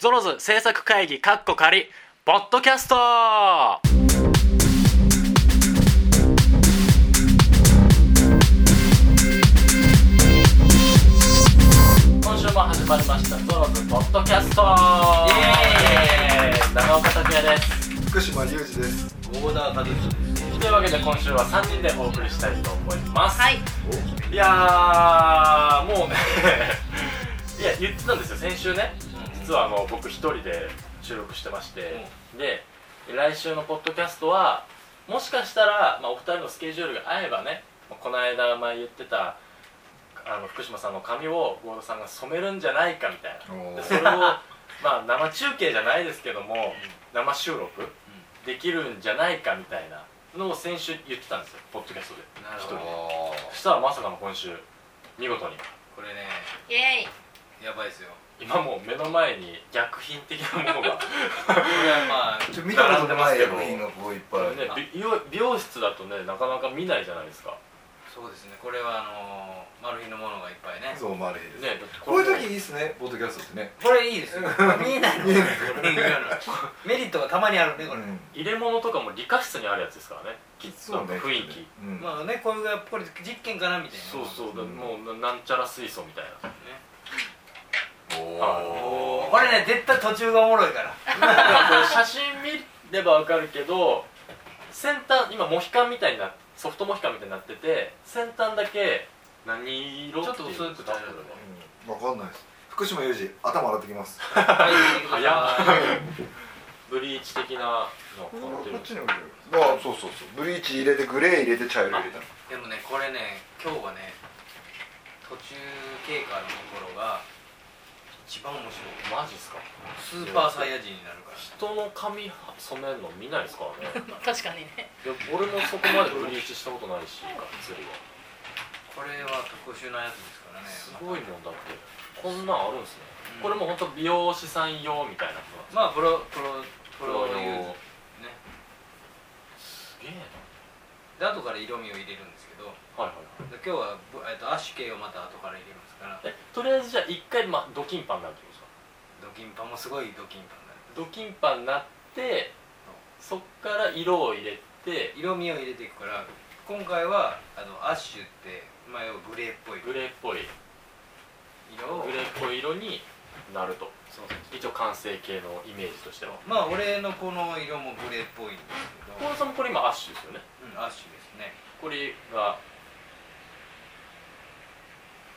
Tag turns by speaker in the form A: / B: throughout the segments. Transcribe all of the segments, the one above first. A: ゾロズ制作会議かっこ仮ポッドキャスト今週も始まりましたゾロズポッドキャストイエーイ長岡拓也です
B: 福島隆二です。
C: オーダーカルチです
A: というわけで今週は3人でお送りしたいと思います、
D: はい、
A: いやーもうね いや言ってたんですよ先週ね実はあの僕一人で収録してまして、で来週のポッドキャストはもしかしたら、まあ、お二人のスケジュールが合えばねこの間前言ってたあの福島さんの髪を郷田さんが染めるんじゃないかみたいなでそれをまあ生中継じゃないですけども、生収録できるんじゃないかみたいなのを先週言ってたんですよポッドキャストで
C: なる
A: 一人
C: ほど
A: でそしたらまさかの今週見事に
C: これね
D: イエーイ
C: やばいですよ
A: 今もう目の前に薬品的なものが
C: これはまあ
B: ちょ見たことない薬品がこういっぱいある。
A: ねび美容美容室だとねなかなか見ないじゃないですか
C: そうですねこれはあのー、マルヒのものがいっぱいね
B: そうマルヘル。
A: ねだって
B: こういう
A: れ
B: 時いいですね、ポッドキャストってね。
C: これいい ですよ見えないのメリットがたまにあるねこれ、
A: 入れ物とかも理科室にあるやつですからねきっとなんか雰囲気、
B: うん。
C: まあねこれがこれ実験かなみたいな
A: そうそう、だ
B: うん
A: もうななんちゃら水素みたいな
B: お
A: はい
C: これね絶対途中がおもろいから
A: これ写真見ればわかるけど先端今モヒカンみたいになソフトモヒカンみたいになってて先端だけ何色
C: ちょっ
A: って
C: と
A: いう
C: 薄くなるよね
B: ー。わかんないです。福島隆二、頭洗ってきます。
A: 早っブリーチ的なの
B: こ
A: を買ってる
B: っちに置いてある。あ、そうそうそう。ブリーチ入れてグレー入れて茶色入れたの。
C: でもねこれね今日はね途中経過のところが一番面白い
A: マジっすか
C: スーパーサイヤ人になるから
A: 人の髪染めるの見ないですからね
D: 確かにね
A: いや俺もそこまでブリーチしたことないしがっつりは
C: これは特殊なやつですからね
A: すごいもんだってこんなんあるんですね
C: うん
A: これもう本当美容師さん用みたいなの
C: まあプロプロプロ
A: 用
C: ユーズね
A: すげえ
C: で後から色味を入れるんですけど
A: なはいはい
C: で今日はぶ、えっと、アッシュ系をまた後から入れますから
A: えとりあえずじゃあ一回、ま、ドキンパンになるってことですか
C: ドキンパもすごいドキンパになる
A: ドキンパンになってそっから色を入れて
C: 色味を入れていくから今回はあのアッシュって、まあ、要はグレーっぽい
A: グレーっぽい
C: 色を
A: グレーっぽい色になると
C: そうそう
A: 一応完成形のイメージとしては
C: まあ俺のこの色もグレーっぽいんですけど、
A: 小野さんもこれ今アッシュですよね
C: うん、アッシュですね
A: これが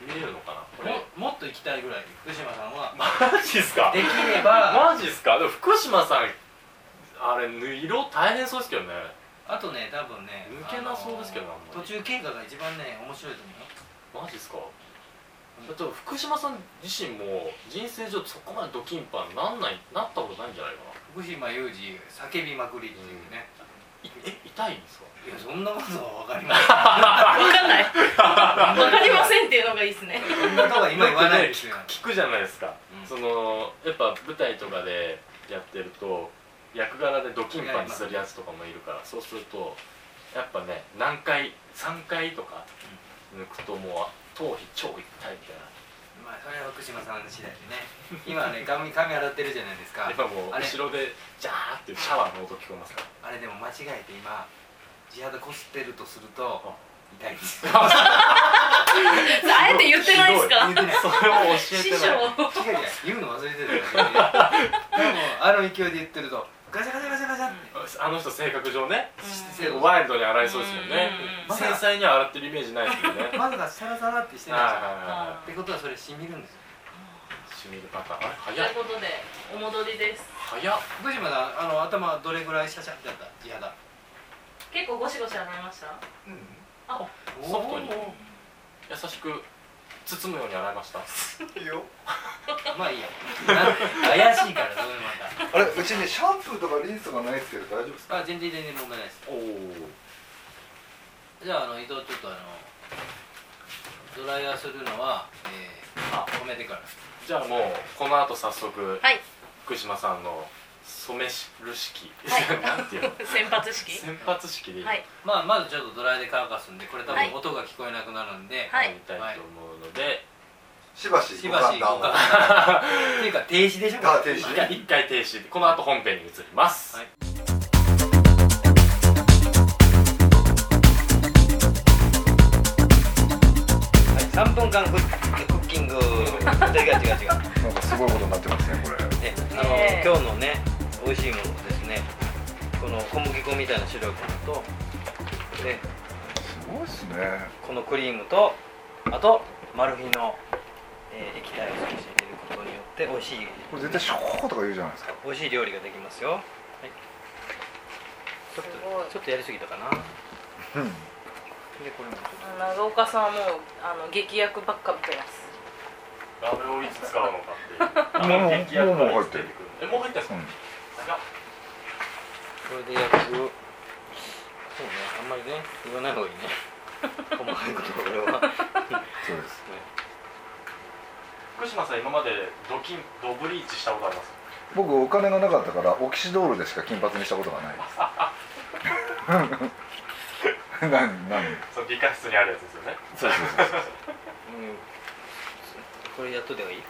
A: 見れるのかなこれ
C: ももっと行きたいぐらい福島さんは
A: マジっすか
C: できれば
A: マジっすかでも福島さんあれ色大変そうですけどね
C: あとね多分ね
A: 抜けなそうですけどね
C: あ
A: あんま
C: の途
A: り
C: 中経過が一番ね面白いと思うよ
A: マジっすかだって福島さん自身も人生上そこまでドキンパンなんないなったことないんじゃないかな
C: 福島雄二叫びまくりっていうね、
A: いえ痛いんですか
C: いやそんなことは分かりません
D: わかんないわかりませんっていうのがいいですね
C: そんなことは今言わないですよ
A: 聞くじゃないですか、
C: うん
A: そのやっぱ舞台とかでやってると役柄でドキンパンにするやつとかもいるからそうするとやっぱね何回3回とか抜くともう頭皮超痛いみたい
C: まあそれは福島さん次第でね今ね髪髪洗ってるじゃないですか
A: な今もう
C: あれ
A: 後ろでジャーっていうシャワーの音聞こえますか
C: あれでも間違えて今地肌こすってるとすると痛いです
A: ら
D: あえて言ってないです
C: 言
D: か
C: ってな い
A: それを教え
D: 師
A: て
D: 匠
A: ない
C: 違う違う言うの忘れてるだけででもあの勢いで言ってるとガチャガチャガチャガチャって
A: あの人性格上ね
C: うん
A: 結構ワイルドに洗いそうですよね
C: うん
A: 繊細には洗ってるイメージない ですよねはい
C: まだがサラサラってして
A: はい
C: ない
A: はいは
C: ってことはそれ染みるんですよ
A: い染みるパターンあれ
D: とい
A: 早いう
D: ことでお戻りです
A: 早っ
C: 福島さんあの頭どれぐらいシャシャってやった地肌
D: 結構ゴシゴシ洗いましたあ
A: ソフトに
C: おー
A: 優しく包むように洗いました
B: いいよ。
C: まあいいやなん怪しいからそれまた
B: あれ、うちね、シャンプーとかリンスとかないですけど、大丈夫ですか。
C: あ全然全然問題ないです
A: おお
C: じゃああの伊藤ちょっとあのドライヤーするのは、えー、あ止めてから
A: じゃあもうこの後早速、
D: はい
A: 福島さんの染める式、
D: は い
A: なんてい うの
D: 先発式
A: 洗髪式で
D: はい
C: まあまずちょっとドライヤーで乾かすんでこれ多
D: はい
C: 分音が聞こえなくなるんで、
D: はい
A: やりたいと思うので、
B: しばし
E: し
B: ご
E: ばし
B: 勘
E: ご
B: 談を
E: 勘っていうか停止でしょ
B: あ停止
A: 一回一回停止この後本編に移ります、
E: はい
C: 3分間クックッキング違う違う違う、
B: なんかすごいことになってますねこれ
C: ね、あの、
D: ねえ
C: 今日のね美味しいものですねこの小麦粉みたいな白い粉とね
B: すごいっすね
C: このクリームとあとマルフィの、えー液体を少し入れることによって美味しい
B: これ絶対ショーとか言うじゃないですか
C: 美味しい料理ができますよ、はい、ちょっ
D: すごい
C: とちょっとやりすぎたかな
B: うん
C: でこれもちょっと
D: 長岡さんはもうあの劇薬ばっか見てます
A: あれをいつ使うのかっていう
B: もう
A: あの
B: もう
A: 激アツなやつ
B: もう入ってる
A: えもう入ってるんですか、高っ
C: これでやつをそうねあんまりね言わない方がいい ね細かいことこれは
B: そうです
A: 福島さん今までドキンドブリーチしたことあります
B: 僕お金がなかったからオキシドールでしか金髪にしたことがないです 何何
A: その理科室にあるやつですよね
B: そうそう
C: う
B: そう
C: んこれやっとではいい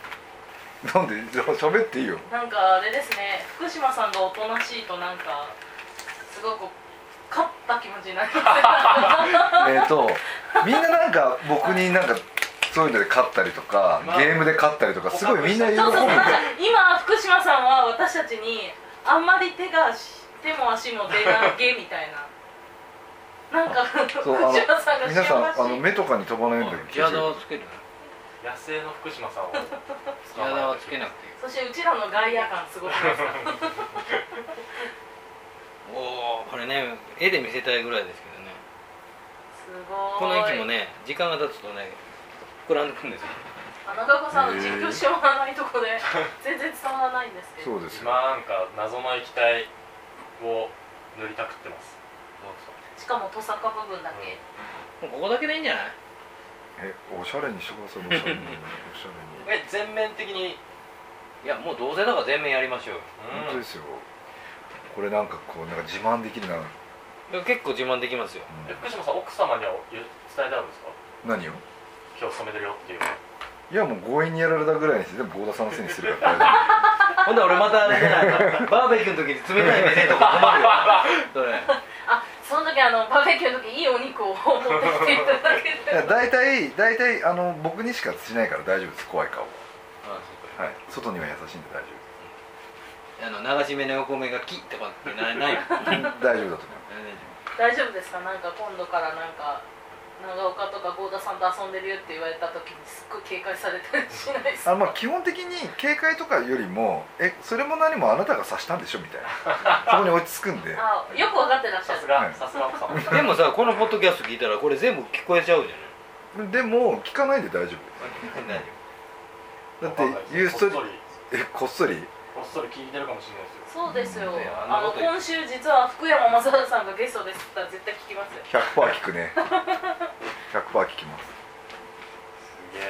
B: そうなんでじゃあ喋っていいよ
D: なんかあれですね福島さんがおとなしいとなんかすごく勝った気持ちになります
B: えっ、とみんななんか僕になんかそういうので勝ったりとか、
A: まあ
B: ゲームで勝ったりとかすごいみんな喜ぶ
D: そうそうなん
B: ん
D: か
B: で
D: 今福島さんは私たちにあんまり手がし手も足も出ないけみたいななんか福
B: そうあ
D: 島
B: の
D: さんが幸せ
B: 皆さんあの目とかに飛ばないんだけ
C: ギ
B: ど
C: アダをつける
A: 野生の福島さんを
C: ギアダはつけなくていい
D: そしてうちらの外野感すごくないですか
C: おおこれね絵で見せたいぐらいですけどね
D: すごい
C: この息もね時間が経つとね膨らんでくるんですよ
D: あ中岡さん
B: へ
D: う
B: ー
D: ちくしょうがないとこで全然伝わらないんですけど
B: そうですよ
A: なんか謎の液体を塗りたくってます
D: しかもトサカ部分だけ、
C: もうここだけでいいんじゃない
B: えおしゃれにしてくださいおしゃれにおしゃれに
A: え全面的に
C: いやもうどうせだから全面やりましょうよ
B: 本当ですよこれなんかこうなんか自慢できるな、うん
C: いや結構自慢できますよ
A: え福島さん奥様には言う伝えてあるんですか
B: 何を
A: 今日染めてるよっていう
B: いやもう強引にやられたぐらいにしてでも郷田さんのせいにするから
C: ほ
B: 大
C: んで俺またあれじゃないバーベキューの時に冷たい目でと か困るよそれ
D: あその時あのバーベキューの時いいお肉を持ってきていただけて
B: 丈夫いや大体大体あの僕にしかしないから大丈夫です怖い顔は
C: あそうか
B: はい外には優しいんで大丈
C: あの流し目の横目がキッとかって ないないよ
B: 夫大丈夫だと思いま
D: 大丈夫ですかなんか今度からなんか長岡とか郷田さんと遊んでるよって言われた時にすっごい警戒されたりしないです
B: すあまあ基本的に警戒とかよりもえそれも何もあなたが察したんでしょみたいな そこに落ち着くんで
D: あよく分かってらっしゃ
A: さす
D: る
A: がさすが奥様
C: うんでもさこのポッドキャスト聞いたらこれ全部聞こえちゃうじゃ
B: でも聞かないで大丈
C: ない大丈
B: 夫だってユーストリ
A: こっそり
B: えこっそり
A: こっそり聞いてるかもしれないですよ
D: そうですよ
C: いやあん
D: あ
C: な
D: の
C: こと言う
D: 今週実は福山雅治さんがゲストですって言ったら絶対聞きますよ
B: 100%聞くね100%聞きます
A: すげ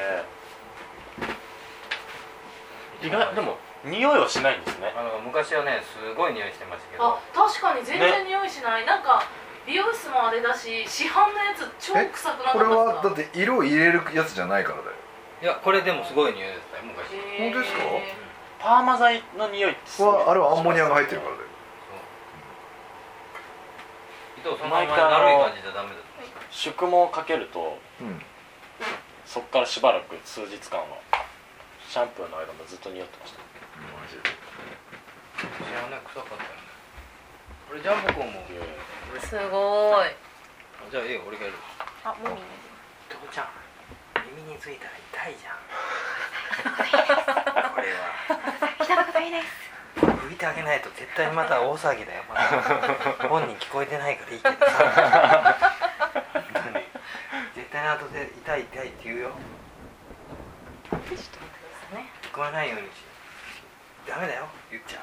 A: え意外でも匂いはしないんですね
C: 夫あの昔はねすごい匂いしてましたけど
D: あ確かに全然匂いしない、なんか美容室もあれだし市販のやつ超臭
B: え
D: くなか
B: これは
D: った
B: だって色を入れるやつじゃないからだよ
C: いやこれでもすごい匂いだったよ昔
D: え
B: 本
D: ー
B: 当ですか
A: パーマ剤の匂いってす
B: こ
A: ご
B: れ
A: い
B: はあれはアンモニアが入ってるからだよ
C: 伊藤そのま
A: 毎
C: ま
A: 回
C: だるい
A: あの
C: 感じじゃダメだった
A: 宿毛かけると
B: うん
A: そっからしばらく数日間はシャンプーの間もずっと匂ってました
C: 知らない臭かったよねこれジャンボ君も
D: すごい
C: じゃあええよ俺がやる
D: あもう
C: 父ちゃん耳についたら痛い じゃんこれは
D: 痛くないです
C: 拭いてあげないと絶対また大騒ぎだよまた本人聞こえてないからいいけどさ本当に絶対に後で痛い痛いって言うよ
D: ね
C: 聞こえないようにしダメだよゆっちゃん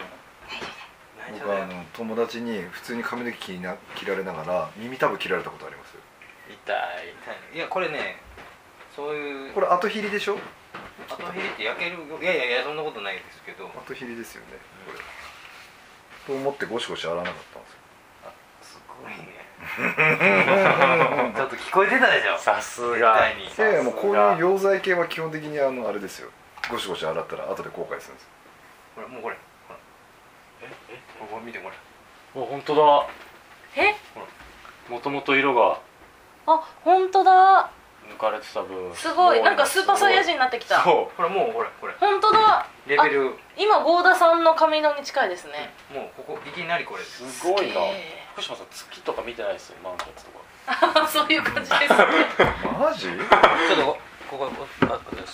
C: 内緒だ
B: 僕は
C: よ
B: あの友達に普通に髪の毛切りな切られながら耳たぶ切られたことありますよ
A: 痛い
C: いやこれねそういう
B: これ後ひりでしょ
C: 後ひれって焼けるよいやいやいやそんなことないですけど
B: 後ひりですよねこれと思ってゴシゴシ洗わなかったんですよ
C: すごいねちょっと聞こえてたでしょ
A: さす
C: 絶
A: が
C: 対に
B: いやいやもうこういう溶剤系は基本的にあのあれですよゴシゴシ洗ったら後で後悔するんですよ
C: ほらもうこれほらここ見てこれ
A: お本当だ
D: え
A: もともと色が
D: あ本当だ
A: 抜かれてた分
D: すごいなんかスーパーサイヤ
A: に
D: 人になってきた
A: そ
C: ほらもうほらこれ
D: 本当だ
C: レベル
D: 今郷田さんの髪のに近いですね
C: もうここいきなりこれ
A: うすごいな
D: え
A: 福島さん月とか見てないですよマンションとか
D: ーそういう感じですね
B: マジ
C: ちょっとここここあここです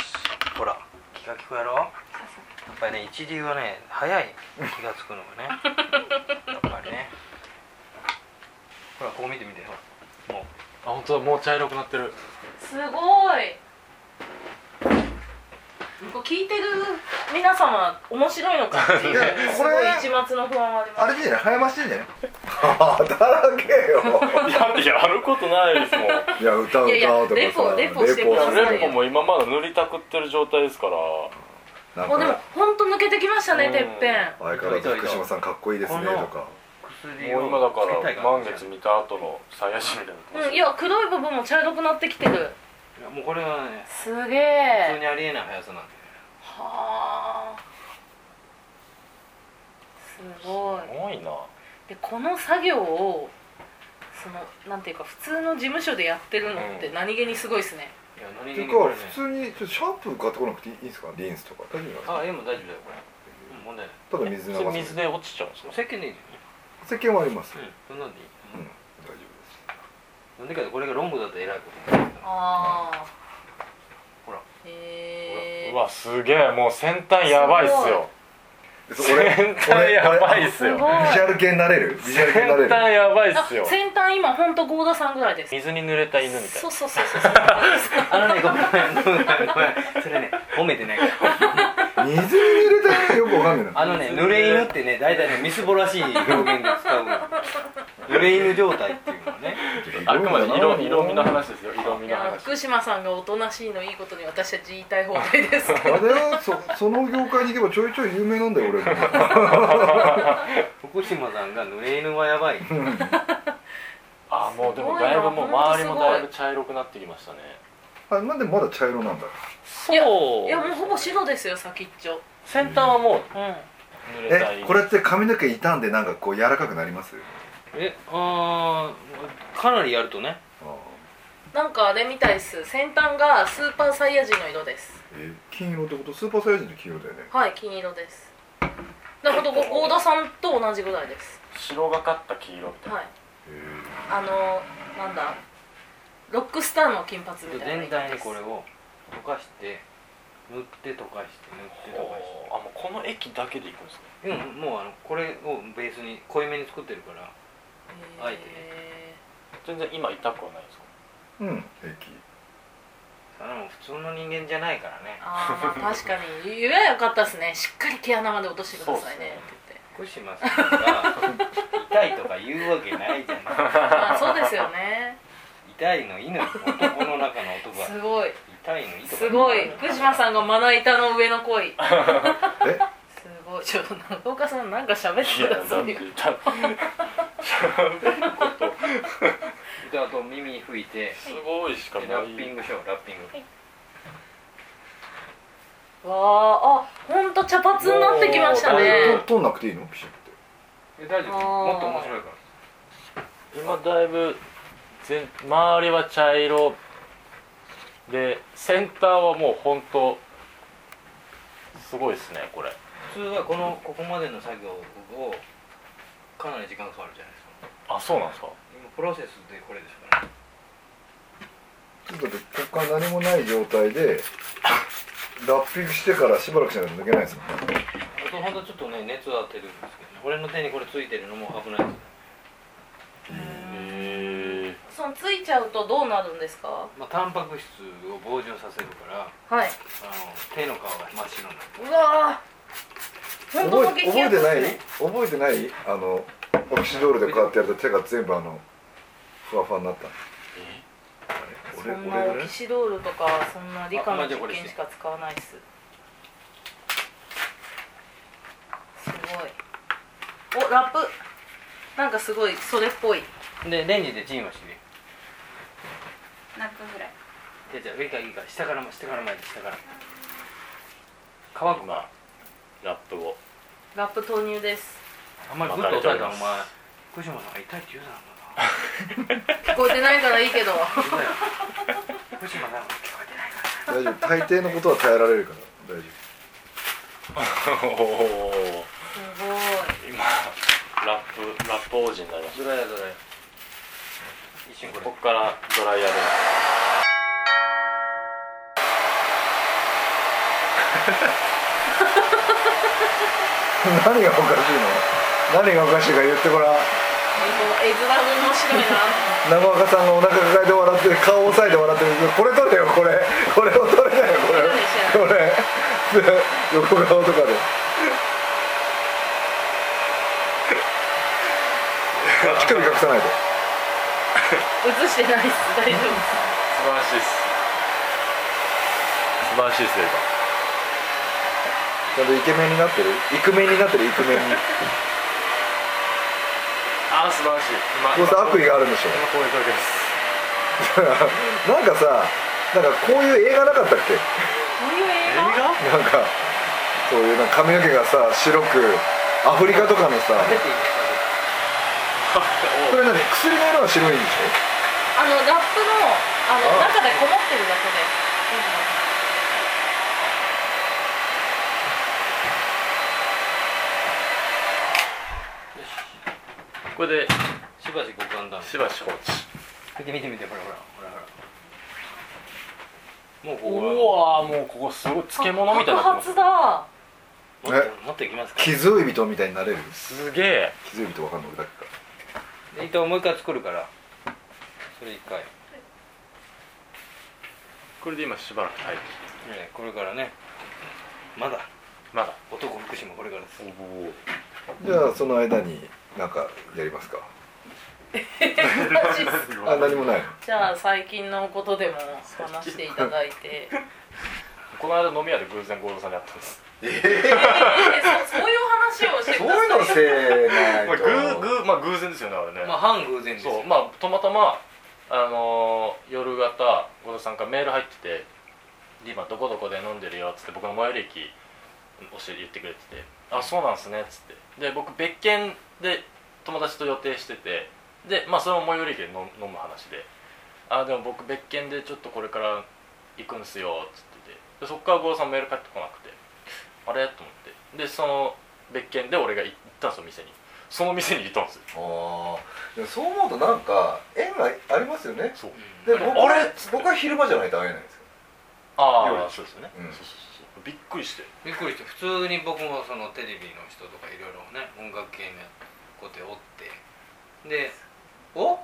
C: ほら気が利くやろやっぱりね一流はね早い気がつくのがねやっぱりねほらここ見て見てほらもう
A: あ本当だもう茶色くなってる
D: すごいこう聞いてる皆様面白いのかっていう
B: いや
D: す
B: これ
D: ごい一末の不安は
B: あ
D: ありま
B: れ
D: す
B: じゃない早ましいんじゃない働けよ
A: いややることないです もん
B: いや歌う
D: いやいや
B: 歌うとか
D: レポ
B: さ
D: レポしてください
A: 連邦も今まだ塗りたくってる状態ですから
B: なん
D: もうでも
B: か
D: 本当抜けてきましたね
A: うん
D: てっぺん
B: 相変わらず福島さんかっこいいですねとか
C: 薬
A: も
C: を
A: う今だか
C: つけたい
A: ら
C: な
A: 満月見た後のサイヤ人みたいになってます
D: うんいや黒い部分も茶色くなってきてる
C: いやもうこれはね
D: すげ
C: 普通
D: え
C: にありえない速さなんで
D: はあすごい
A: すごいな
D: でこの作業をそのなんていうか普通の事務所でやってるのって
A: うん
D: 何気にすごいですね、
C: いや何
B: て
C: 気
B: い
C: に
B: う
C: こ
B: か
C: れね
B: 普通にちょっとシャンプー買ってこなくていいんですかリンスとか大丈夫なの
C: あでも大丈夫だよこれ、うん、問題ない
B: ただ水流
A: それ
B: す
A: 水で落ちちゃうんですか
C: 石鹸でいいね
B: 石鹸はあります
C: うんそんなんでいい、
B: うん
C: うん、
B: 大丈夫です
C: なんでかってこれがロングだと偉いことになるから
D: ああ
C: ほら
D: へえ
A: うわすげえもう先端やばいっすよ
B: でそ俺
A: 先端やばいっす
D: す
A: よ
D: ごい
B: ビジュアル系になれるビジュアル系にな
A: 先
B: れる
A: 端やばいっ
D: あ
A: すよ
D: 先端今ほんと郷田さんぐらいです
A: 水に濡れた犬みたい
D: そうそうそうそうそう
C: あのね、ごめん、ごめん、ごめん、それね、褒めてないから。
B: 水に濡れたらよくわかんないな
C: あのね、濡れ犬ってね、大体ね、みすぼらしい表現で使うの。濡れ犬状態っていうのはね。
A: なあくまで色色味の話ですよ色味
D: い
A: の
D: や
A: 話
D: 福島さんがおとなしいのいいことに私たち言いたい放題です
B: あれはそその業界に行けばちょいちょい有名なんだよ俺も
C: 福島さんが濡れ犬はやばい。
A: あもうでもだいぶもう周りもだいぶ茶色くなってきましたね
B: あなんでまだ茶色なんだ
A: そ
D: いや
A: う
D: いやもうほぼ白ですよ先っちょ
A: 先端はも
D: うん
A: う濡れた
B: え
A: い
B: これって髪の毛傷んでなんかこう柔らかくなります
C: え、あー、かなりやるとね。
B: あ
D: なんかあれみたいです先端がスーパーサイヤ人の色です
B: ーえ金色ってことスーパーサイヤ人の金色だよね
D: はい金色ですなるほどご郷田さんと同じぐらいです
A: 白がかった黄色みたいな
D: はい
B: へ
D: あのなんだロックスターの金髪みたいな
C: 全
D: 色
C: 体
D: で
C: に
D: す
C: これを溶かして、塗って溶かして、塗って
A: ほ
C: 溶
A: う
C: かし
A: あもうこの液だけでいくんですね
C: て。うん、もうあの、これをベースに濃いめに作ってるから。あえてね
D: へ
A: 全然今痛くはないですか
B: えうん平気
C: あの、普通の人間じゃないからね
D: ー。あーまあ確かに言えばよかったですねしっかり毛穴まで落としてくださいねって言っ
C: 福
D: て
C: 島さんが痛いとか言うわけないじゃない。
D: まあそうですよ ね
C: 痛いの「い」の男の中の男は
D: すごい
C: 痛いの「い」とか
D: すごい福島さんがまな板の上の恋
B: え
D: すごいちょっと長岡さんなんか喋ってくださ いよ
A: 痛く
C: であと耳拭いて
A: すごいしか
C: で
A: ない
C: ラッピングしようラッピング
D: わああほんと茶髪になってきました
A: だ
D: ね
A: い
B: と取んなくていいのピシャって
C: え大丈夫
D: あー
C: もっと面白いから
A: 今だいぶ全周りは茶色で先端はもうほんとすごいですねこれ
C: 普通はこのここまでの作業をかなり時間かかるじゃないですか
A: あそうなんですか
C: 今プロセスでこれですからね
B: ちょっとだってここから何もない状態でラッピングしてからしばらくしないと抜けないですもんね
C: あとほんとちょっとね熱を当てるんですけどね俺の手にこれついてるのも危ないですね
A: へえ
D: そのついちゃうとどうなるんですか
C: まあタンパク質を膨張させるからあ
D: はい
C: の手の皮が真っ白になる
D: うわー本当の
B: 覚え
D: 激
B: 覚えてない
D: ね
B: 覚えてないあのオキシドールでこうやってやると手が全部あのふわふわになったあれ
D: そん
B: 俺
D: な
B: 俺ぐ
D: オ
B: らい
D: キシドールとかそんな理科の実験しか使わないっすすごいおラップなんかすごいそれっぽい
C: でレンジでチンはしてるよ
F: 何分ぐらい
C: じゃあじゃあ上からいいから下からも下から前で下から乾く
A: 今
C: か
A: ラップを
D: ラップ投入です
C: あんまりグッと押されたらお
A: 巻かれており
C: 前
A: ま
C: 福島さんが痛いって言うだろ
D: 聞こえてないからいいけど
C: うな福島さんが聞こえてないから
B: 大丈夫大抵のことは耐えられるから大丈
A: おお
D: すご
A: 今ラップラップ王子になりまし
C: ドライヤードライヤー一瞬
A: た
C: こ
A: こ
C: れ
A: こからドライヤーで
B: 夫 何がおかしいの何がおかしいか言ってごらん
D: い絵面が面白いな
B: 長岡さんがお腹抱えて笑ってる顔を押さえて笑ってるこれ撮れよこれこれを撮れないよこれこれ横顔とかで乳首隠さないで
D: 映してないっす大丈夫です
A: 素晴らしいです素晴らしいですね
B: ちゃんとイケメンになってるイクメンになってるイクメンに
A: 今ああ素晴らしい
B: どうせ 悪意があるんでしょ
A: 今こういう状況です
B: なんかさなんかこういう映画なかったっけ
D: こういう映
A: 映
D: 画
A: 画
B: なんかそういうなんか髪の毛がさ白くアフリカとかのさ
C: 出ていいですか
B: これ何薬の色が白いんでし
D: あのラップのあの
B: あ
D: 中でこもってるだけで
A: これで
C: しばしご簡単
A: しばし放置
C: 見て見て見てほらほらほらほらもうここ
A: うわーもうここすごい漬物みたいになってま
D: 爆 発だ
C: がもっともっといきますか
B: ょ気づい人みたいになれる
A: すすげえ
B: 気づい人わかんない俺だけか
C: で糸をもう一回作るからそれ一回、ね
A: これで今しばらく待機
C: これからねまだ
A: まだ
C: 男福島これからです
A: おお
B: じゃあその間になんかやりますかあ何もない
D: じゃあ最近のことでも話していただいてえー
A: この間飲み屋で偶然五郎さんに会ったんです
D: そそういう話をしてください
B: せいな
A: まあ、ぐぐまあ偶然ですよねあれね、
C: まあ半偶然です
A: そう
C: よ
A: まあたまたまあのー夜方五郎さんからメール入ってて「で今どこどこで飲んでるよ」っつって僕の最寄り駅教えて言ってくれてて「あそうなんすね」っつってで僕別件で友達と予定しててでまあそれも最寄り駅で飲む飲む話で「あでも僕別件でちょっとこれから行くんすよ」っつっててでそっから五郎さんメール返ってこなくてあれと思ってでその別件で俺が行ったんですよ店にその店にいたんですよ
B: あーでもそう思うとなんか縁がありますよね
A: そう
B: で
C: うん
A: あれ
B: 僕は昼間じゃないと会えないんですよ
A: あ
B: 夜
A: あそうですよね、
B: うん
A: そうそうそうびっくりして
C: びっくりして普通に僕もそのテレビの人とかいろいろね音楽系の子でおってで「お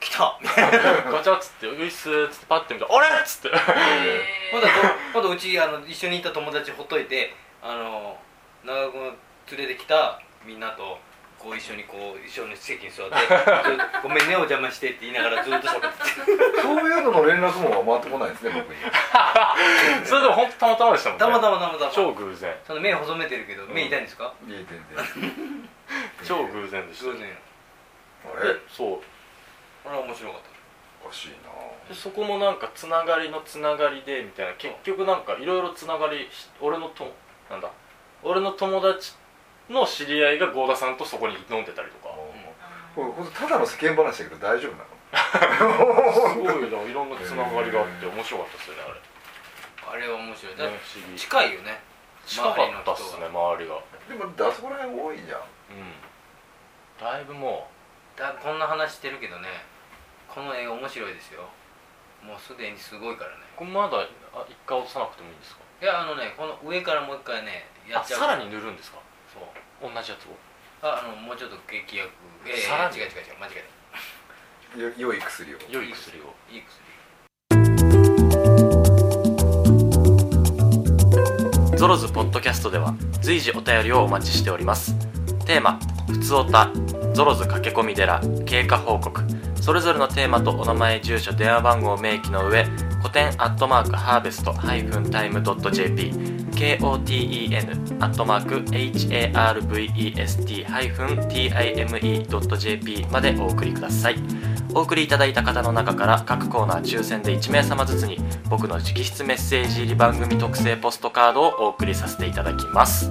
C: 来た!」みたいな
A: ガチャっつって「ういっす」っつってパッて見たら「あれ?」っつ って
C: 今度今度うちあの一緒にいた友達ほっといてあの長子の連れてきたみんなとこう一緒にこう一緒の席に座って「ごめんねお邪魔して」って言いながらずっと喋って
B: そういうのの連絡も回ってこないですね僕に
A: それでも本当たまたまでしたもんね
C: たまたまたまたま
A: 超偶然
C: その目細めてるけど目痛いんですか、
B: 見えてんで
A: 超偶然でし
C: そう
A: た
C: ね
B: あれ
A: でそう
C: これは面白かっ
B: おかしいな
A: でそこもなんかつながりのつながりでみたいな結局なんかいろいろつながりし俺のとなんだ俺の友達の知り合いが郷田さんとそこに飲んでたりとか
B: これほんとただの世間話だけど大丈夫なの
A: す ごいないろんなつながりがあって面白かったですよねあ
C: たあれは面白いだ
A: れ
C: っ
A: ね
C: て
A: 不思議
C: 近いよね
A: 近かったっすね周りが
B: でもだそこら辺多いじゃん
A: うんだいぶも
C: だこんな話してるけどねこの映画面白いですよもうすでにすごいからね
A: うこれまだあ一回落とさなくてもいいんですか
C: いやあのねこの上からもう一回ねや
A: あ
C: っちゃう
A: さらに塗るんですか
C: そう
A: 同じやつを
C: ああのもうちょっと劇薬ええ
A: さらに
C: 違う違う違う間違え
B: よ良い薬を
A: 良い薬を
C: たいい薬
A: ゾロズポッドキャストでは随時お便りをお待ちしておりますテーマ「ふつおた」「ゾロズ駆け込み寺」「経過報告」それぞれのテーマとお名前住所電話番号を明記の上「古典アットマークハーベスト -time.jp」
G: koten アットマーク harvest-time.jp までお送りくださいお送りいただいた方の中から各コーナー抽選で1名様ずつに僕の直筆メッセージ入り番組特製ポストカードをお送りさせていただきます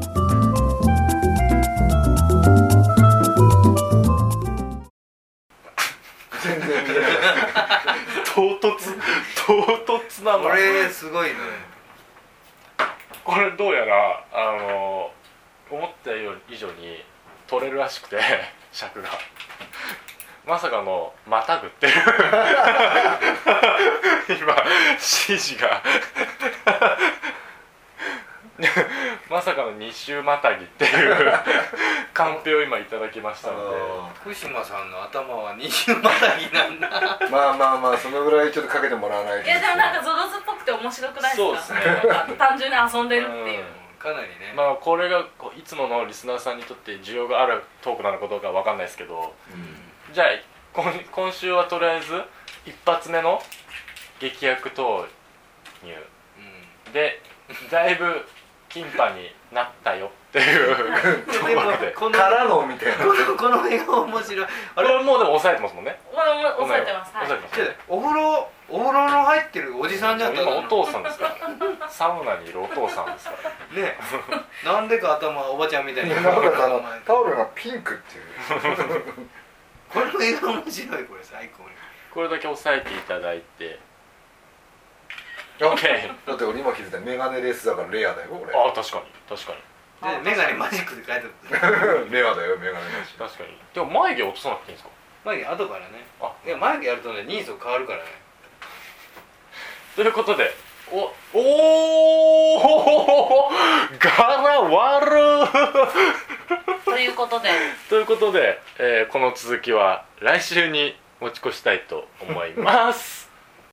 B: 全然見え ない
A: 唐突唐突なの
H: これすごいね
A: これどうやらあの思ったより以上に取れるらしくて 尺がまさかの「またぐ」っていう 今指示がまさかの二周またぎっていうカンペを今いただきましたので
C: 福島さんの頭は二重またぎなんだ
B: まあまあまあそのぐらいちょっとかけてもらわないと
D: いやでもなんかゾロズっぽくて面白くないですか
A: そうですね
D: なんか単純に遊んでるっていう、
C: かなりね、
A: まあこれがこういつものリスナーさんにとって需要があるトークなのかどうかわかんないですけど、じゃあ今今週はとりあえず一発目の劇薬投入
C: う
A: で だいぶキンパになったよっていうとこ
C: ん、でも
A: ろで
C: この
B: からのみたいな
C: この映画面白い
A: あれはもうでも抑えてますもんね
D: これも抑えてますはい
A: 抑えてます、
C: ちょっとお風呂お風呂の入ってるおじさんじゃん
A: 今お 父さんですからサウナにいるお父さんですから
C: ねえなんでか頭おばちゃんみたいに
B: なんかあのタオルがピンクっていう
C: これの映画面白いこれ最高に
A: これだけ抑えていただいて OK
B: だって俺今気づいたメガネレースだからレアだよこれ
A: あ確かに確かに
C: でメガネマジックで書いてある
B: レアだよメガネレース
A: 確かにでも眉毛落とさなくていいんですか
C: 眉毛後からね
A: あ
C: いや眉毛やるとね人相変わるからね
A: ということでおおお柄悪
D: ということで
A: ということで、えーこの続きは来週に持ち越したいと思います